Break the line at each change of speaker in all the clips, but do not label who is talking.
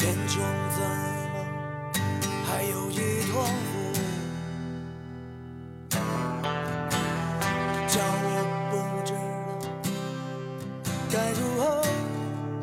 眼中怎么还有一团火？叫我不知道该如何。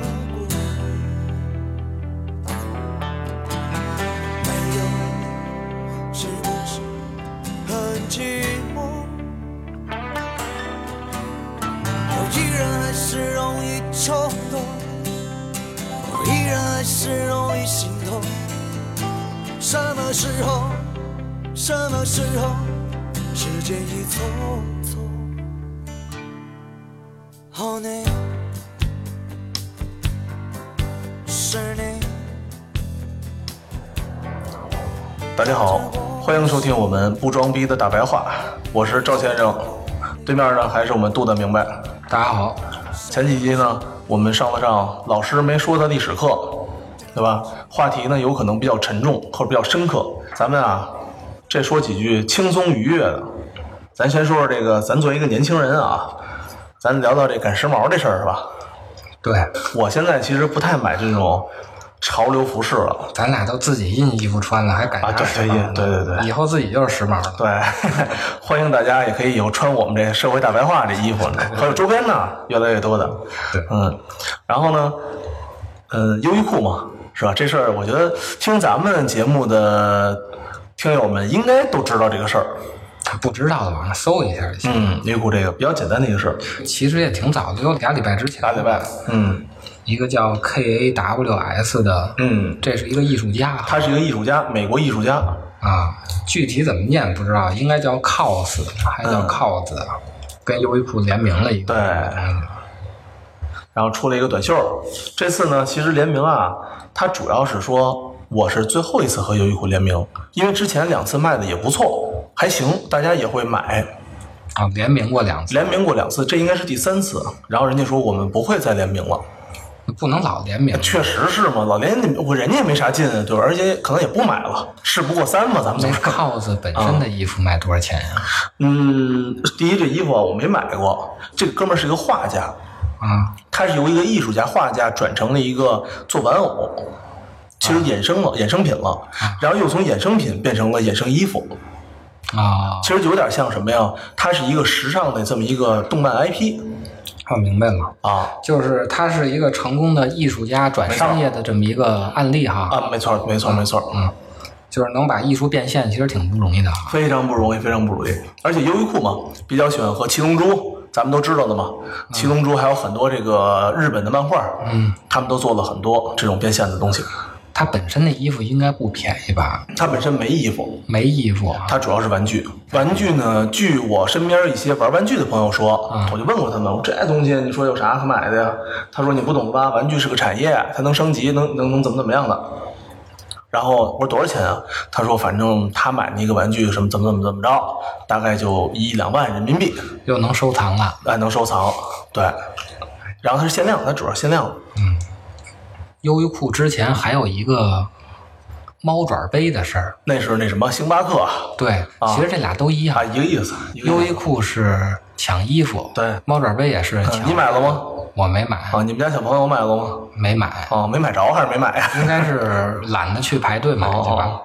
么过？没有，是不是很寂寞？我依然还是容易冲动，我依然还是容易心痛。什么时候，什么时候，时间一匆匆。哦，你是你。
大家好，欢迎收听我们不装逼的大白话，我是赵先生，对面呢还是我们度的明白。
大家好，
前几集呢，我们上了上老师没说的历史课，对吧？话题呢有可能比较沉重或者比较深刻，咱们啊这说几句轻松愉悦的。咱先说说这个，咱作为一个年轻人啊，咱聊聊这赶时髦这事儿是吧？
对，
我现在其实不太买这种潮流服饰了，
咱俩都自己印衣服穿了，还改
啊对
时髦呢
对对对对
以后自己就是时髦了。
对， 欢迎大家也可以有穿我们这社会大白话这衣服呢，还有周边呢，越来越多的。
对
嗯，然后呢，嗯，优衣库嘛，是吧？这事儿我觉得听咱们节目的听友们应该都知道这个事儿。
不知道的网上搜一下就行。
嗯，优衣库这个比较简单的一个事儿，
其实也挺早的，有俩礼拜之前，
俩礼拜。嗯
一个叫 KAWS 的，
嗯，
这是一个艺术家
他是一个艺术家，美国艺术家。
啊，具体怎么念不知道，应该叫 COS，还叫
嗯
COS，、跟优衣库联名了一个。
对然后出了一个短袖儿。这次呢，其实联名啊，它主要是说我是最后一次和优衣库联名，因为之前两次卖的也不错，还行，大家也会买。
啊，联名过两次，
联名过两次，这应该是第三次。然后人家说我们不会再联名了，
不能老联名。
确实是嘛，老联我人家也没啥劲，对吧？而且可能也不买了，事不过三嘛，咱们
那
总是。
COS 本身的衣服卖多少钱呀、
嗯，第一这衣服啊我没买过，这个哥们儿是一个画家，
啊，
他是由一个艺术家、画家转成了一个做玩偶，其实衍生了、衍生品了，然后又从衍生品变成了衍生衣服，
啊，
其实有点像什么呀？它是一个时尚的这么一个动漫 IP
我明白了。
啊
就是他是一个成功的艺术家转商业的这么一个案例哈，
啊，没错，没错，没错，嗯，
就是能把艺术变现，其实挺不容易的哈。
非常不容易，非常不容易。而且优衣库嘛，比较喜欢和七龙珠。咱们都知道的嘛，七龙珠还有很多这个日本的漫画，嗯，他们都做了很多这种变现的东西。
他本身的衣服应该不便宜吧？
它本身没衣服，
没衣服啊，
它主要是玩具。玩具呢，据我身边一些玩玩具的朋友说，
啊
我就问过他们，我说这东西你说有啥可买的呀？他说你不懂吧，玩具是个产业，它能升级，能能能怎么怎么样的。然后我说多少钱啊？他说反正他买那个玩具什么怎么怎么怎么着，大概就一两万人民币，
又能收藏了，
哎，能收藏。对，然后它是限量，它主要是限量的。
优衣库之前还有一个猫爪杯的事儿，
那是那什么星巴克啊，
对，其实这俩都一样。
一个意思。一个
优
意
衣
思。
库是抢衣服，
对呃嗯
猫爪杯也是抢。
你买了吗？
我没买，
啊，你们家小朋友买了吗？
没买，
哦，没买着还是没买呀？
应该是懒得去排队买去吧
哦。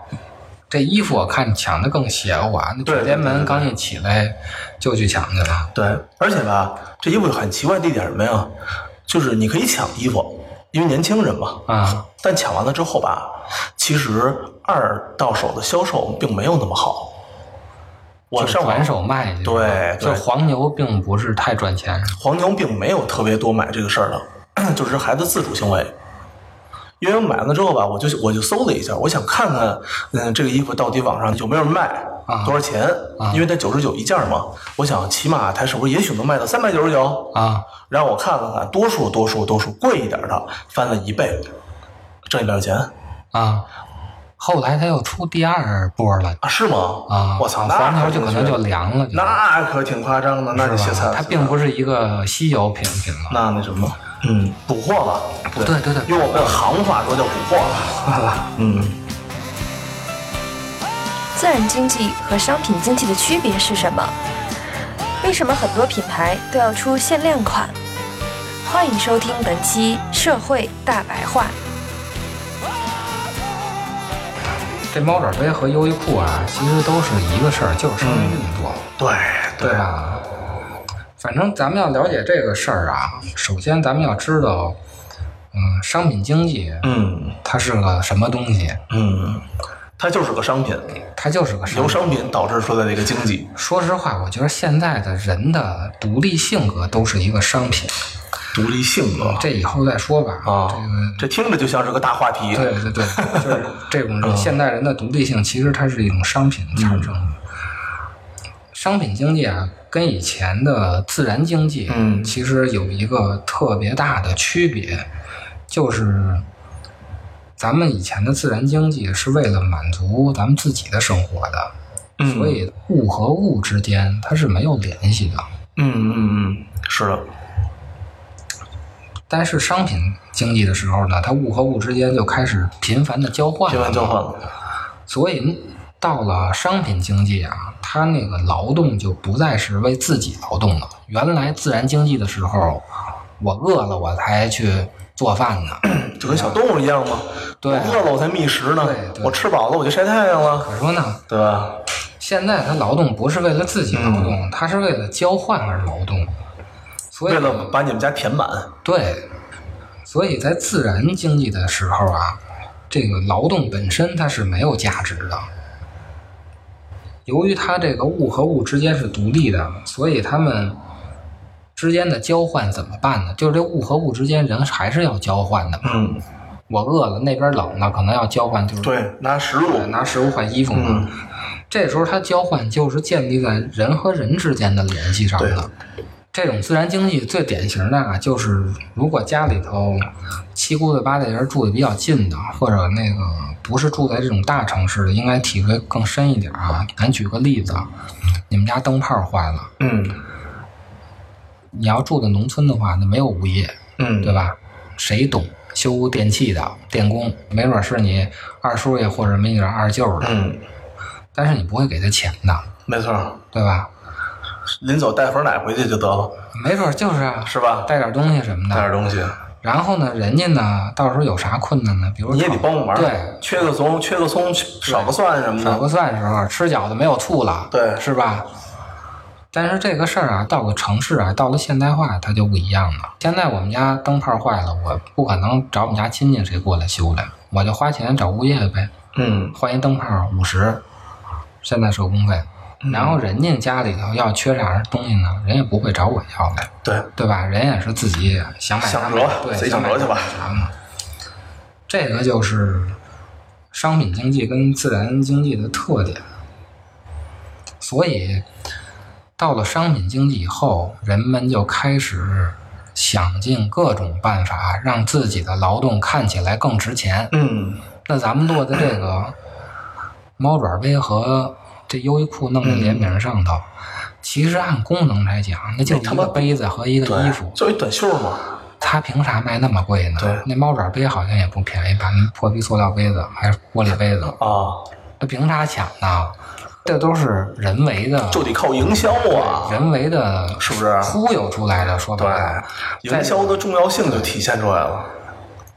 这衣服我看抢的更邪乎啊！那
对
酒店门刚一起来就去抢去了，
对，而且吧，这衣服很奇怪的地点是什么呀？就是你可以抢衣服，因为年轻人嘛。
啊。
但抢完了之后吧，其实二到手的销售并没有那么好。我
就是
上网
转手卖去了，
对
这
对
黄牛并不是太赚钱，
黄牛并没有特别多买这个事儿的， 就是孩子自主行为。因为买了之后吧，我就我就搜了一下，我想看看，嗯，这个衣服到底网上有没有人卖，
啊
多少钱？因为它九十九一件儿嘛，我想起码它是不是也许能卖到三百九十九
啊？
然后我看了看，多数多数多数贵一点的翻了一倍，挣一百块钱。
啊，后来他又出第二波了
啊，是吗？
啊，
我操，那
黄条
可
就可能就凉了，就
那可挺夸张的，那
是
你歇菜
吧
了，
它并不是一个稀有品品了。
那那什么，嗯，补货了，
对对对
用我们行话说叫补货了，嗯，
自然经济和商品经济的区别是什么？为什么很多品牌都要出限量款？欢迎收听本期《社会大白话》。
这猫爪杯和优衣库啊，其实都是一个事儿，就是商业
嗯
运作，
对对
对吧？反正咱们要了解这个事儿啊，首先咱们要知道，嗯，商品经济
嗯
它是个什么东西？
嗯，它就是个商品，
它就是个商
由
品。
商品导致出来的一个经济，
说实话，我觉得现在的人的独立性格都是一个商品，
独立性格
这以后再说吧。
啊
嗯这个，
这听着就像是个大话题，
对对对，就是这 种
嗯
人现代人的独立性，其实它是一种商品产生的。商品经济啊，跟以前的自然经济，
嗯
其实有一个特别大的区别，就是咱们以前的自然经济是为了满足咱们自己的生活的，
嗯
所以物和物之间它是没有联系的。
嗯嗯嗯，是的，
但是商品经济的时候呢，它物和物之间就开始频繁的交换，
频繁交换。了，
所以到了商品经济啊，它那个劳动就不再是为自己劳动了。原来自然经济的时候，我饿了我才去做饭 呢，
就跟小动物一样嘛，
对啊
我饿了我才觅食呢
对，对
我吃饱了我就晒太阳了，
可说呢，
对吧？
现在它劳动不是为了自己劳动，它是为了交换而劳动，所
嗯
以
为了把你们家填满，
对，所以在自然经济的时候啊，这个劳动本身它是没有价值的。由于它这个物和物之间是独立的，所以它们之间的交换怎么办呢？就是这物和物之间人还是要交换的嘛。
嗯，
我饿了，那边冷了，可能要交换，就是
对，拿食物，
拿食物换衣服嘛。这时候它交换就是建立在人和人之间的联系上的。这种自然经济最典型的啊，就是如果家里头七姑子八大姨儿住的比较近的，或者那个不是住在这种大城市的，应该体会更深一点啊。咱举个例子，你们家灯泡坏了，
嗯
你要住在农村的话，那没有物业，
嗯，
对？吧？谁懂修电器的电工？没准是你二叔爷或者没准二舅的，
嗯，
但是你不会给他钱的，
没错儿，
对吧？
临走带盒奶回去就得了，
没准儿就是啊，
是吧？
带点东西什么
带点
的。
东西，
然后呢，人家呢，到时候有啥困难呢？比如
你也得
炒
帮个忙，
对，
缺个葱，缺个葱，少个蒜什么
炒
的，
个蒜的时候，吃饺子没有醋了，
对
是吧？但是这个事儿啊，到了城市啊，到了现代化，它就不一样了。现在我们家灯泡坏了，我不可能找我们家亲戚谁过来修来，我就花钱找物业呗，
嗯
换一灯泡五十，现在手工费。
嗯
然后人家家里头要缺啥东西呢，人也不会找我要来，
对，
对吧？人也是自己想买啥
想
买
辙
哎对，
自己
想
想
买
辙去吧
啥嘛。这个就是商品经济跟自然经济的特点。所以到了商品经济以后，人们就开始想尽各种办法让自己的劳动看起来更值钱。
嗯
那咱们落在这个猫爪杯和这优衣库弄
嗯
的联名上头，其实按功能来讲，那就
那他
一
妈
个杯子和一个衣服，
就一短袖嘛，
它凭啥卖那么贵呢
对？
那猫爪杯好像也不便宜吧？那破逼塑料杯子还是玻璃杯子，
啊，
那凭啥抢呢？这都是人为的，
就得靠营销啊，
人为的，
是不是
忽悠出来的？说白
对
了，，
营销的重要性就体现出来了，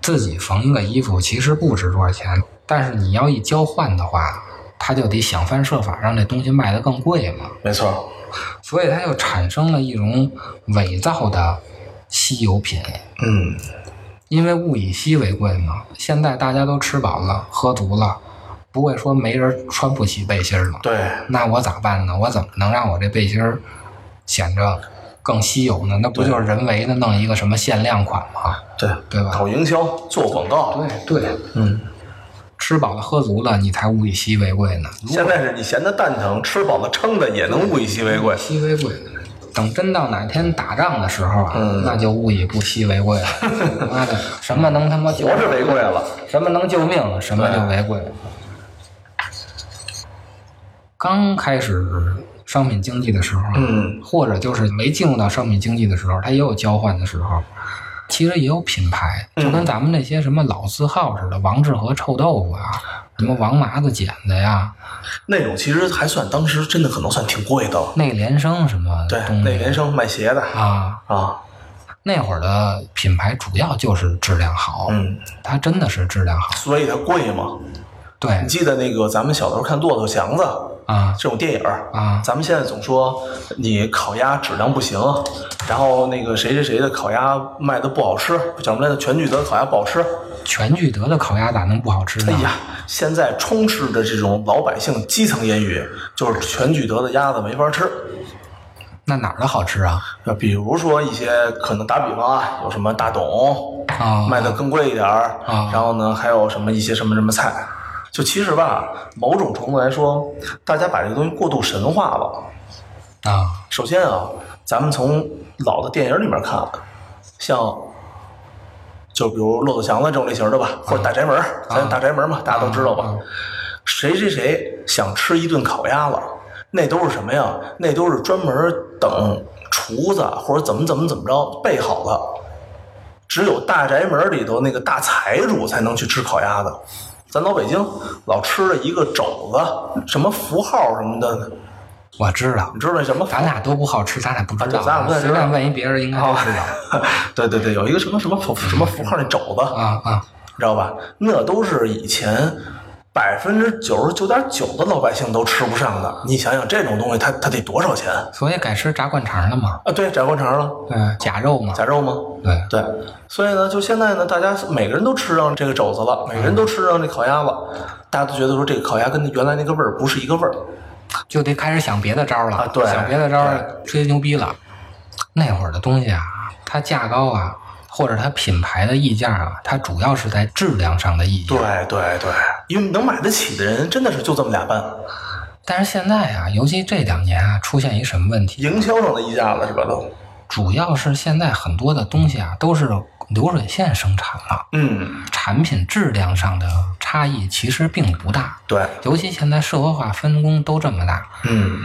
自己缝一个衣服其实不值多少钱，但是你要一交换的话，他就得想方设法让这东西卖得更贵嘛。
没错儿，
所以它就产生了一种伪造的稀有品，
嗯，
因为物以稀为贵嘛。现在大家都吃饱了，喝足了，不会说没人穿不起背心儿了。
对，
那我咋办呢？我怎么能让我这背心儿显着更稀有呢？那不就是人为的弄一个什么限量款吗？
对，
对吧
搞营销，做广告，
对对，
嗯，
吃饱了喝足了，你才物以稀为贵呢。如
现在是你闲的蛋疼，吃饱了撑的也能物以稀为贵，
稀为贵。等真到哪天打仗的时候啊，
嗯
那就物以不稀为贵了。 妈的，什么能他妈救
活着为贵了，
什么能救命，什么就为贵。刚开始商品经济的时候，
嗯，
或者就是没进入到商品经济的时候，它也有交换的时候。其实也有品牌，
嗯
就跟咱们那些什么老字号似的，王致和臭豆腐啊，什么王麻子碱子呀，
那种其实还算当时真的可能算挺贵的了。
内联升什么
对，
东西
那联升卖鞋的
嗯啊，
啊，
那会儿的品牌主要就是质量好，
嗯，
它真的是质量好，
所以它贵嘛。
嗯对
你记得那个咱们小时候看《骆驼祥子》
啊
这种电影儿
啊
咱们现在总说你烤鸭质量不行，然后那个谁谁谁的烤鸭卖的不好吃，叫什么来着？全聚德烤鸭不好吃。
全聚德的烤鸭咋能不好吃呢？
哎呀，现在充斥着这种老百姓基层言语，就是全聚德的鸭子没法吃。
那哪儿的好吃啊？
呃，比如说一些可能打比方啊，有什么大董
啊
卖的更贵一点儿，
啊
然后呢还有什么一些什么什么菜，就其实吧，某种程度来说，大家把这个东西过度神化了。
啊，
首先啊，咱们从老的电影里面看，啊像就比如《骆驼祥子》这种类型的吧，或者《大宅门》咱《大宅门》嘛，大家都知道吧？
啊啊啊
谁谁谁想吃一顿烤鸭了，那都是什么呀？那都是专门等厨子或者怎么怎么怎么着备好的，只有《大宅门》里头那个大财主才能去吃烤鸭的。咱老北京老吃的一个肘子，什么符号什么的，
我知道
你，知道那什么符
咱俩都不好吃，咱俩不知道
啊对咱俩
啊，
不太知
随
道
便问一别
嗯
人应该都知道
对对对，有一个什么什么符什么符号那肘子，
啊啊
你知道吧？那都是以前百分之九十九点九的老百姓都吃不上的。你想想这种东西它，它得多少钱啊？
所以改吃炸灌肠了嘛，
对，炸灌肠了，
对，假肉嘛，
假肉吗？
对，
对，所以呢，就现在呢，大家每个人都吃上这个肘子了，每个人都吃上这烤鸭了，大家都觉得说这个烤鸭跟原来那个味儿不是一个味儿。
就得开始想别的招儿了，
啊对
想别的招儿吹牛逼了。那会儿的东西啊，它价高啊，或者它品牌的溢价啊，它主要是在质量上的溢价
对。对对，因为能买得起的人真的是就这么俩半，
但是现在啊，尤其这两年啊，出现一什么问题？
营销上的溢价了是吧？都，
主要是现在很多的东西啊，都是流水线生产了，
嗯，
产品质量上的差异其实并不大。
对，
尤其现在社会化分工都这么大，
嗯，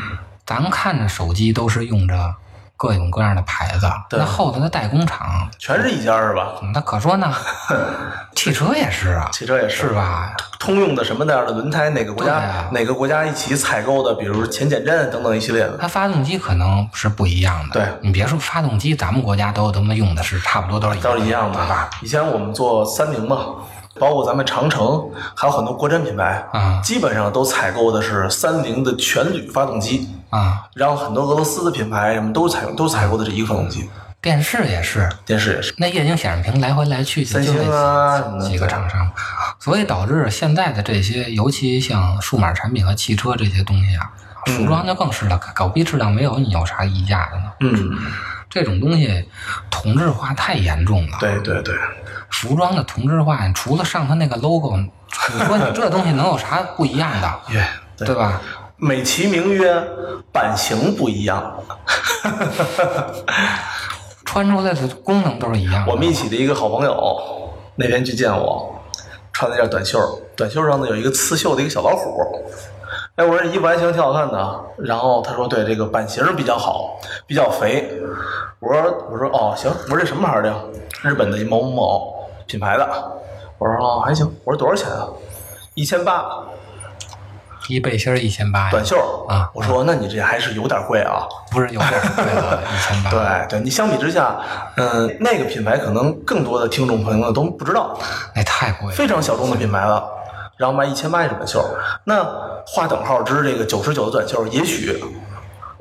咱看着手机都是用着各种各样的牌子，
对
那后头的代工厂
全是一家是吧？
那可 说呢，汽车也是啊，
汽车也
是吧？
通用的什么样的轮胎，哪个国家、
对啊
哪个国家一起采购的，比如前减震等等一系列的。
它发动机可能是不一样的。
对
你别说发动机，咱们国家都他妈用的是差不多都是一
都是一样的
对吧？？
以前我们做三菱嘛，包括咱们长城，还有很多国产品牌，
啊
基本上都采购的是三菱的全铝发动机，
啊，
然后很多俄罗斯的品牌什么都采都采购的这一个发动机，
电视也是，
电视也是。
那液晶显示屏来回来去就
三
就
星啊什
那
么
几
的
几个厂商，所以导致现在的这些，尤其像数码产品和汽车这些东西啊，服装就更是了，狗逼质量没有，你有啥溢价的呢？
嗯，
这种东西同质化太严重了。
对对对，
服装的同质化，你除了上它那个 logo，你说你这东西能有啥不一样 的，
耶、
对吧？
美其名曰版型不一样，
穿出来的功能都是一样的。
我们一起的一个好朋友，那天去见我，穿的件短袖，短袖上呢有一个刺绣的一个小老虎。哎，我说这衣服还行，挺好看的啊。然后他说，对，这个版型比较好，比较肥。我说，我说哦，行。我说这什么牌儿的呀？日本的某某某品牌的。我说哦，还行。我说多少钱啊？一千八，
一背心一千八，
短袖
啊
我说那你这还是有点贵啊。
不是有点贵了，一千八。
对对，你相比之下，嗯、那个品牌可能更多的听众朋友都不知道。
那太贵了。
非常小众的品牌了，然后卖一千八一短袖，那划等号之这个九十九的短袖，也许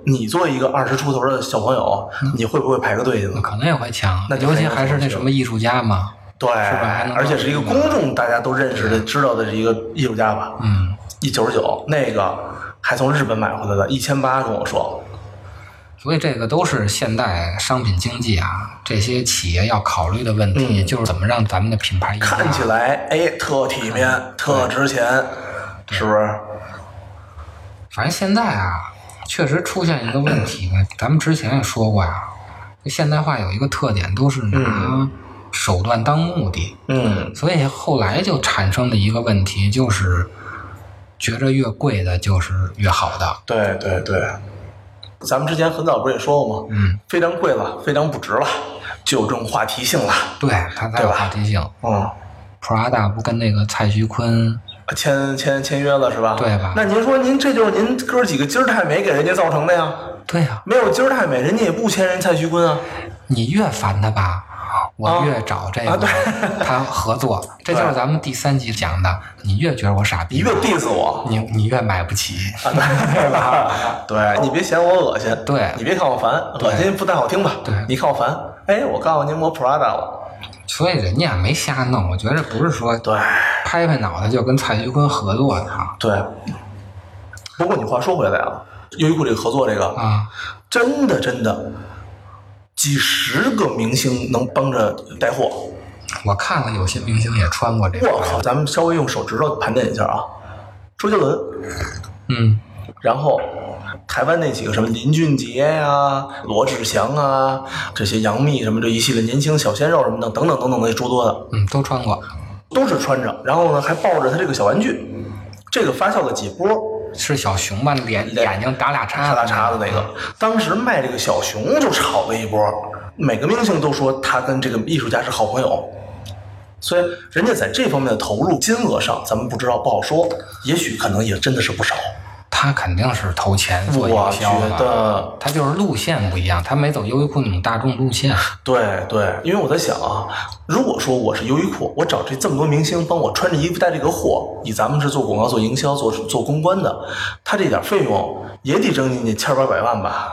你作为一个二十出头的小朋友，你会不会排个队去呢？
可能也会抢，
那就
尤其
没有
还是
东
那
西
什么艺术家嘛，
对，
还能
而且是一个公众大家都认识的、知道的一个艺术家吧？
嗯，
一九十九那个还从日本买回来的，一千八跟我说，
所以这个都是现代商品经济啊，这些企业要考虑的问题，
嗯
就是怎么让咱们的品牌溢价
看起来哎特体面、特值钱，是不是？
反正现在啊，确实出现一个问题呢，咱们之前也说过呀、这现代化有一个特点，都是拿手段当目的，
嗯
所以后来就产生了一个问题，就是觉着越贵的就是越好的。
对对对，咱们之前很早不是也说过吗？
嗯，
非常贵了，非常不值了，就有这种话题性了。
对，它才有话题性。
嗯，
Prada 不跟那个蔡徐坤，
签签签约了是吧？
对吧
那您说您这就是您哥几个今儿太美给人家造成的呀？
对啊呀、
没有今儿太美，人家也不签人蔡徐坤啊。
你越烦他吧，我
啊
越找这
啊
个
对
他合 作，这就是咱们第三集讲的。你越觉得我傻
你
逼
越，diss 我，
你你越买不起。
对吧？对你别嫌我恶心，
对
你别看我烦，
对
恶心不太好听吧？
对
你看我烦，哎，我告诉您，我 Prada 了，
所以人家没瞎弄，我觉得不是说
对
拍拍脑袋就跟蔡徐坤合作的啊
对。不过你话说回来啊，优衣库这个合作这个，
啊，
真的真的，几十个明星能帮着带货，
我看了有些明星也穿过这个，
我靠！咱们稍微用手指头盘点一下啊，周杰伦，
嗯，
然后台湾那几个什么林俊杰呀、罗志祥啊，这些杨幂什么这一系列年轻小鲜肉什么的，等等等等的诸多的，
嗯，都穿过，
都是穿着，然后呢还抱着他这个小玩具，这个发酵了几波，
是小熊吧？脸
脸
眼睛打俩叉，
叉大叉的那个，当时卖这个小熊就炒了一波，每个明星都说他跟这个艺术家是好朋友，所以人家在这方面的投入金额上，咱们不知道不好说，也许可能也真的是不少。
他肯定是投钱做
我
营
觉
销的。
得
他就是路线不一样，他没走优衣库那种大众路线。
对对，因为我在想啊，如果说我是优衣库，我找这这么多明星帮我穿着衣服带这个货，以咱们是做广告、做营销、做做公关的，他这点费用也得扔进去千八百万吧？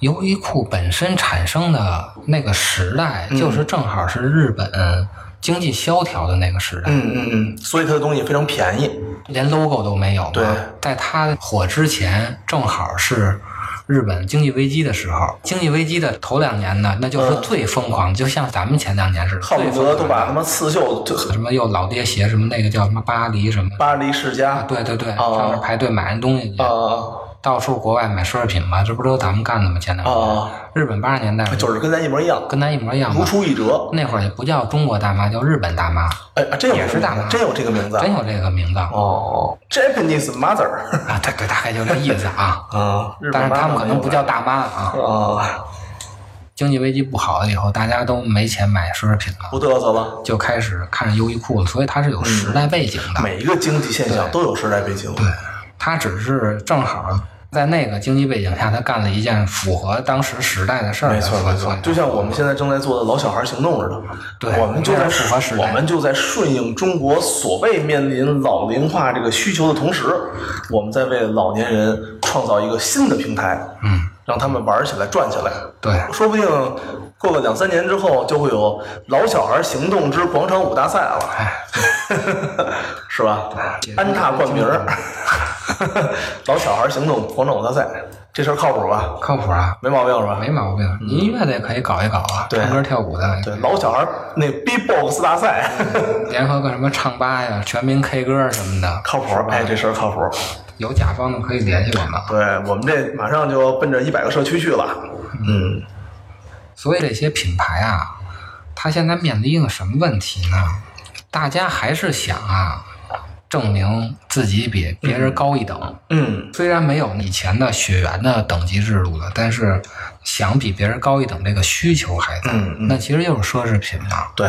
优衣库本身产生的那个时代，
嗯
就是正好是日本经济萧条的那个时代，
嗯嗯嗯，所以他的东西非常便宜。
连 logo 都没有嘛。
对
在它火之前，正好是日本经济危机的时候。经济危机的头两年呢，那就是最疯狂，就像咱们前两年似的，
嗯恨
最
不
疯
得都
狂
把他妈刺绣就
什么又老爹鞋，什么那个叫什么巴黎什么。
巴黎世家，
对对对，
哦
上那儿排队买人东西去，
啊
到处国外买奢侈品嘛，这不都咱们干的吗？前两年，
啊，
日本八十年代
就是跟咱一模一样，
跟咱一模一样
如
嘛。
出一辙。
那会儿也不叫中国大妈，叫日本大妈，
哎，啊真有
也是
这个
大
名
妈
真有这个名字啊
真有这个名字
哦，Japanese mother。
啊。对对，大概就这意思啊
啊， 日本
但是
妈妈
他们可能不叫大妈啊。
啊，
经济危机不好了以后，大家都没钱买奢侈品
不
了，
嘚瑟了。
就开始看上优衣库了，所以它是有时代背景的。
每一个经济现象都有时代背景，对，
他只是正好在那个经济背景下，他干了一件符合当时时代的事儿。
没错
所以
没错
所以，
就像我们现在正在做的老小孩行动似的，
对
我们就在
这是符合时代
我们就在顺应中国所谓面临老龄化这个需求的同时，我们在为老年人创造一个新的平台，嗯，让他们玩起来、转起来，
对
说不定过个两三年之后，就会有老小孩行动之广场舞大赛了，哎 是吧？安踏冠名儿， 老小孩行动广场舞大赛，这事儿靠谱吧？
靠谱啊，
没毛病是吧？
没毛病。你音乐的也可以搞一搞
嗯
啊，
对
唱歌跳舞的，
对，老小孩儿那 B-box 大赛
联合个什么唱吧呀、全民 K 歌什么的，
靠谱儿，哎，这事儿靠谱儿。
有甲方的可以联系我们啊。
对我们这马上就奔着一百个社区去了。嗯，
所以这些品牌啊，它现在面临一个什么问题呢？大家还是想啊，证明自己比别人高一等。
嗯，
虽然没有以前的血缘的等级制度了，但是想比别人高一等这个需求还在。
嗯嗯
那其实就是奢侈品嘛。
对，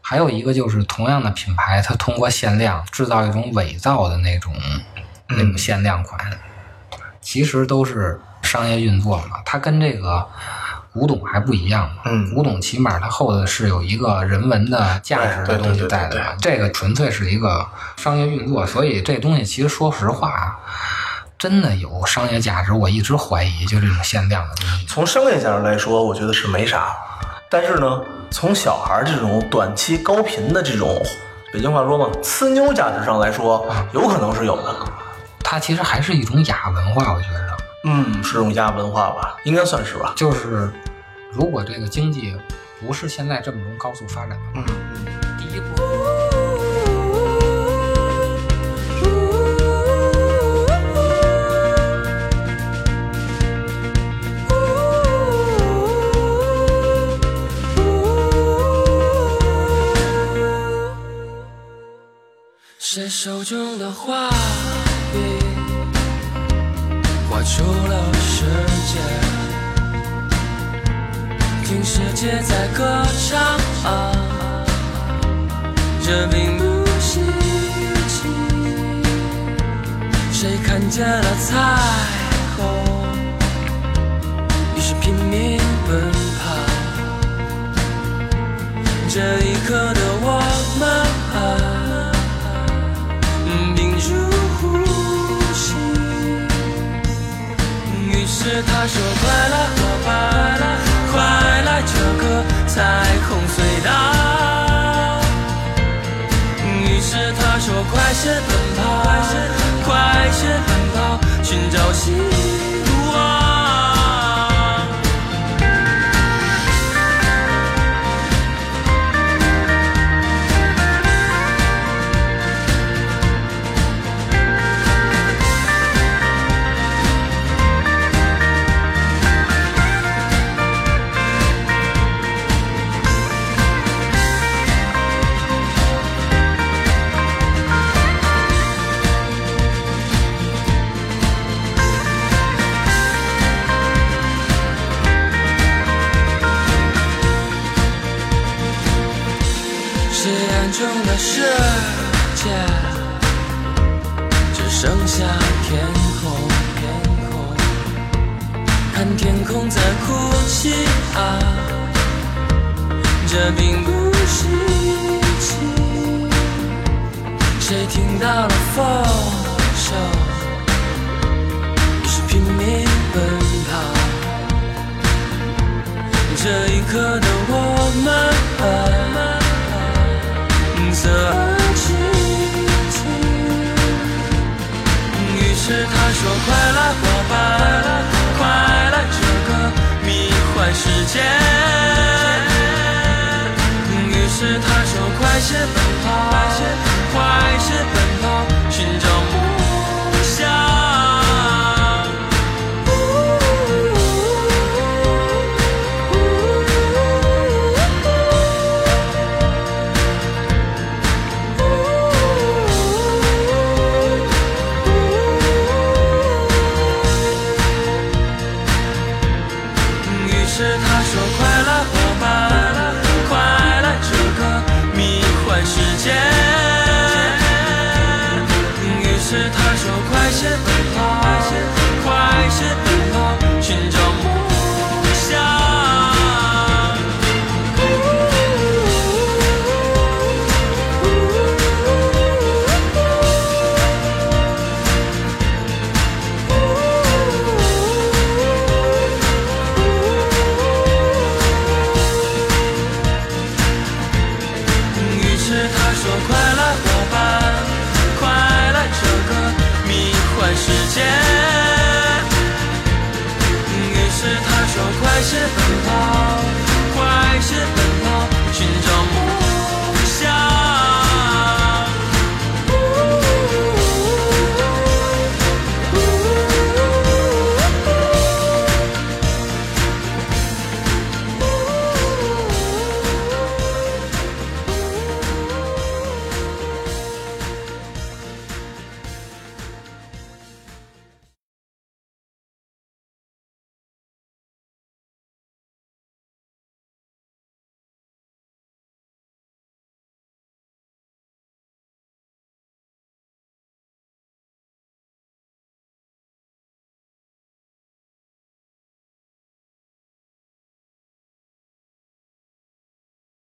还有一个就是同样的品牌，它通过限量制造一种伪造的那种、那
嗯
种限量款，其实都是商业运作嘛。它跟这个古董还不一样嘛。
嗯
古董起码它后头是有一个人文的价值
对对
的东西
对对
在的嘛。这个纯粹是一个商业运作，所以这东西其实说实话。啊真的有商业价值，我一直怀疑，就这种限量的东西。
从商业角度来说，我觉得是没啥。但是呢，从小孩儿这种短期高频的这种，北京话说嘛，呲妞价值上来说，有可能是有的。
它其实还是一种亚文化，我觉着。
嗯，是种亚文化吧，应该算是吧。
就是如果这个经济不是现在这么种高速发展的话，第一步。
谁
手中的画笔，画出了世界，听世界在歌唱，啊，这并不稀奇。谁看见了彩虹，于是拼命奔跑。这一刻的我们，啊屏住呼吸。于是他说：“快来和快来，快来这个彩虹隧道。”于是他说：“快些奔跑，快些奔跑，寻找希望。”黑暗中的世界，只剩下天空。天空，看天空在哭泣啊，这并不稀奇。谁听到了风声，于是拼命奔跑。这一刻的我们，侧耳倾听。于是他说：“快来，伙伴，快来这个迷幻世界。”于是他说：“快些奔跑，快些奔跑，寻找梦想。”于是他说：“快来，伙伴，快来这个迷幻世界。”于是他说：“快些奔跑，快些奔跑，寻找梦想。”于是他说：“快来，伙伴，快来这个迷幻世界。”于是他说：“快些奔跑，快些奔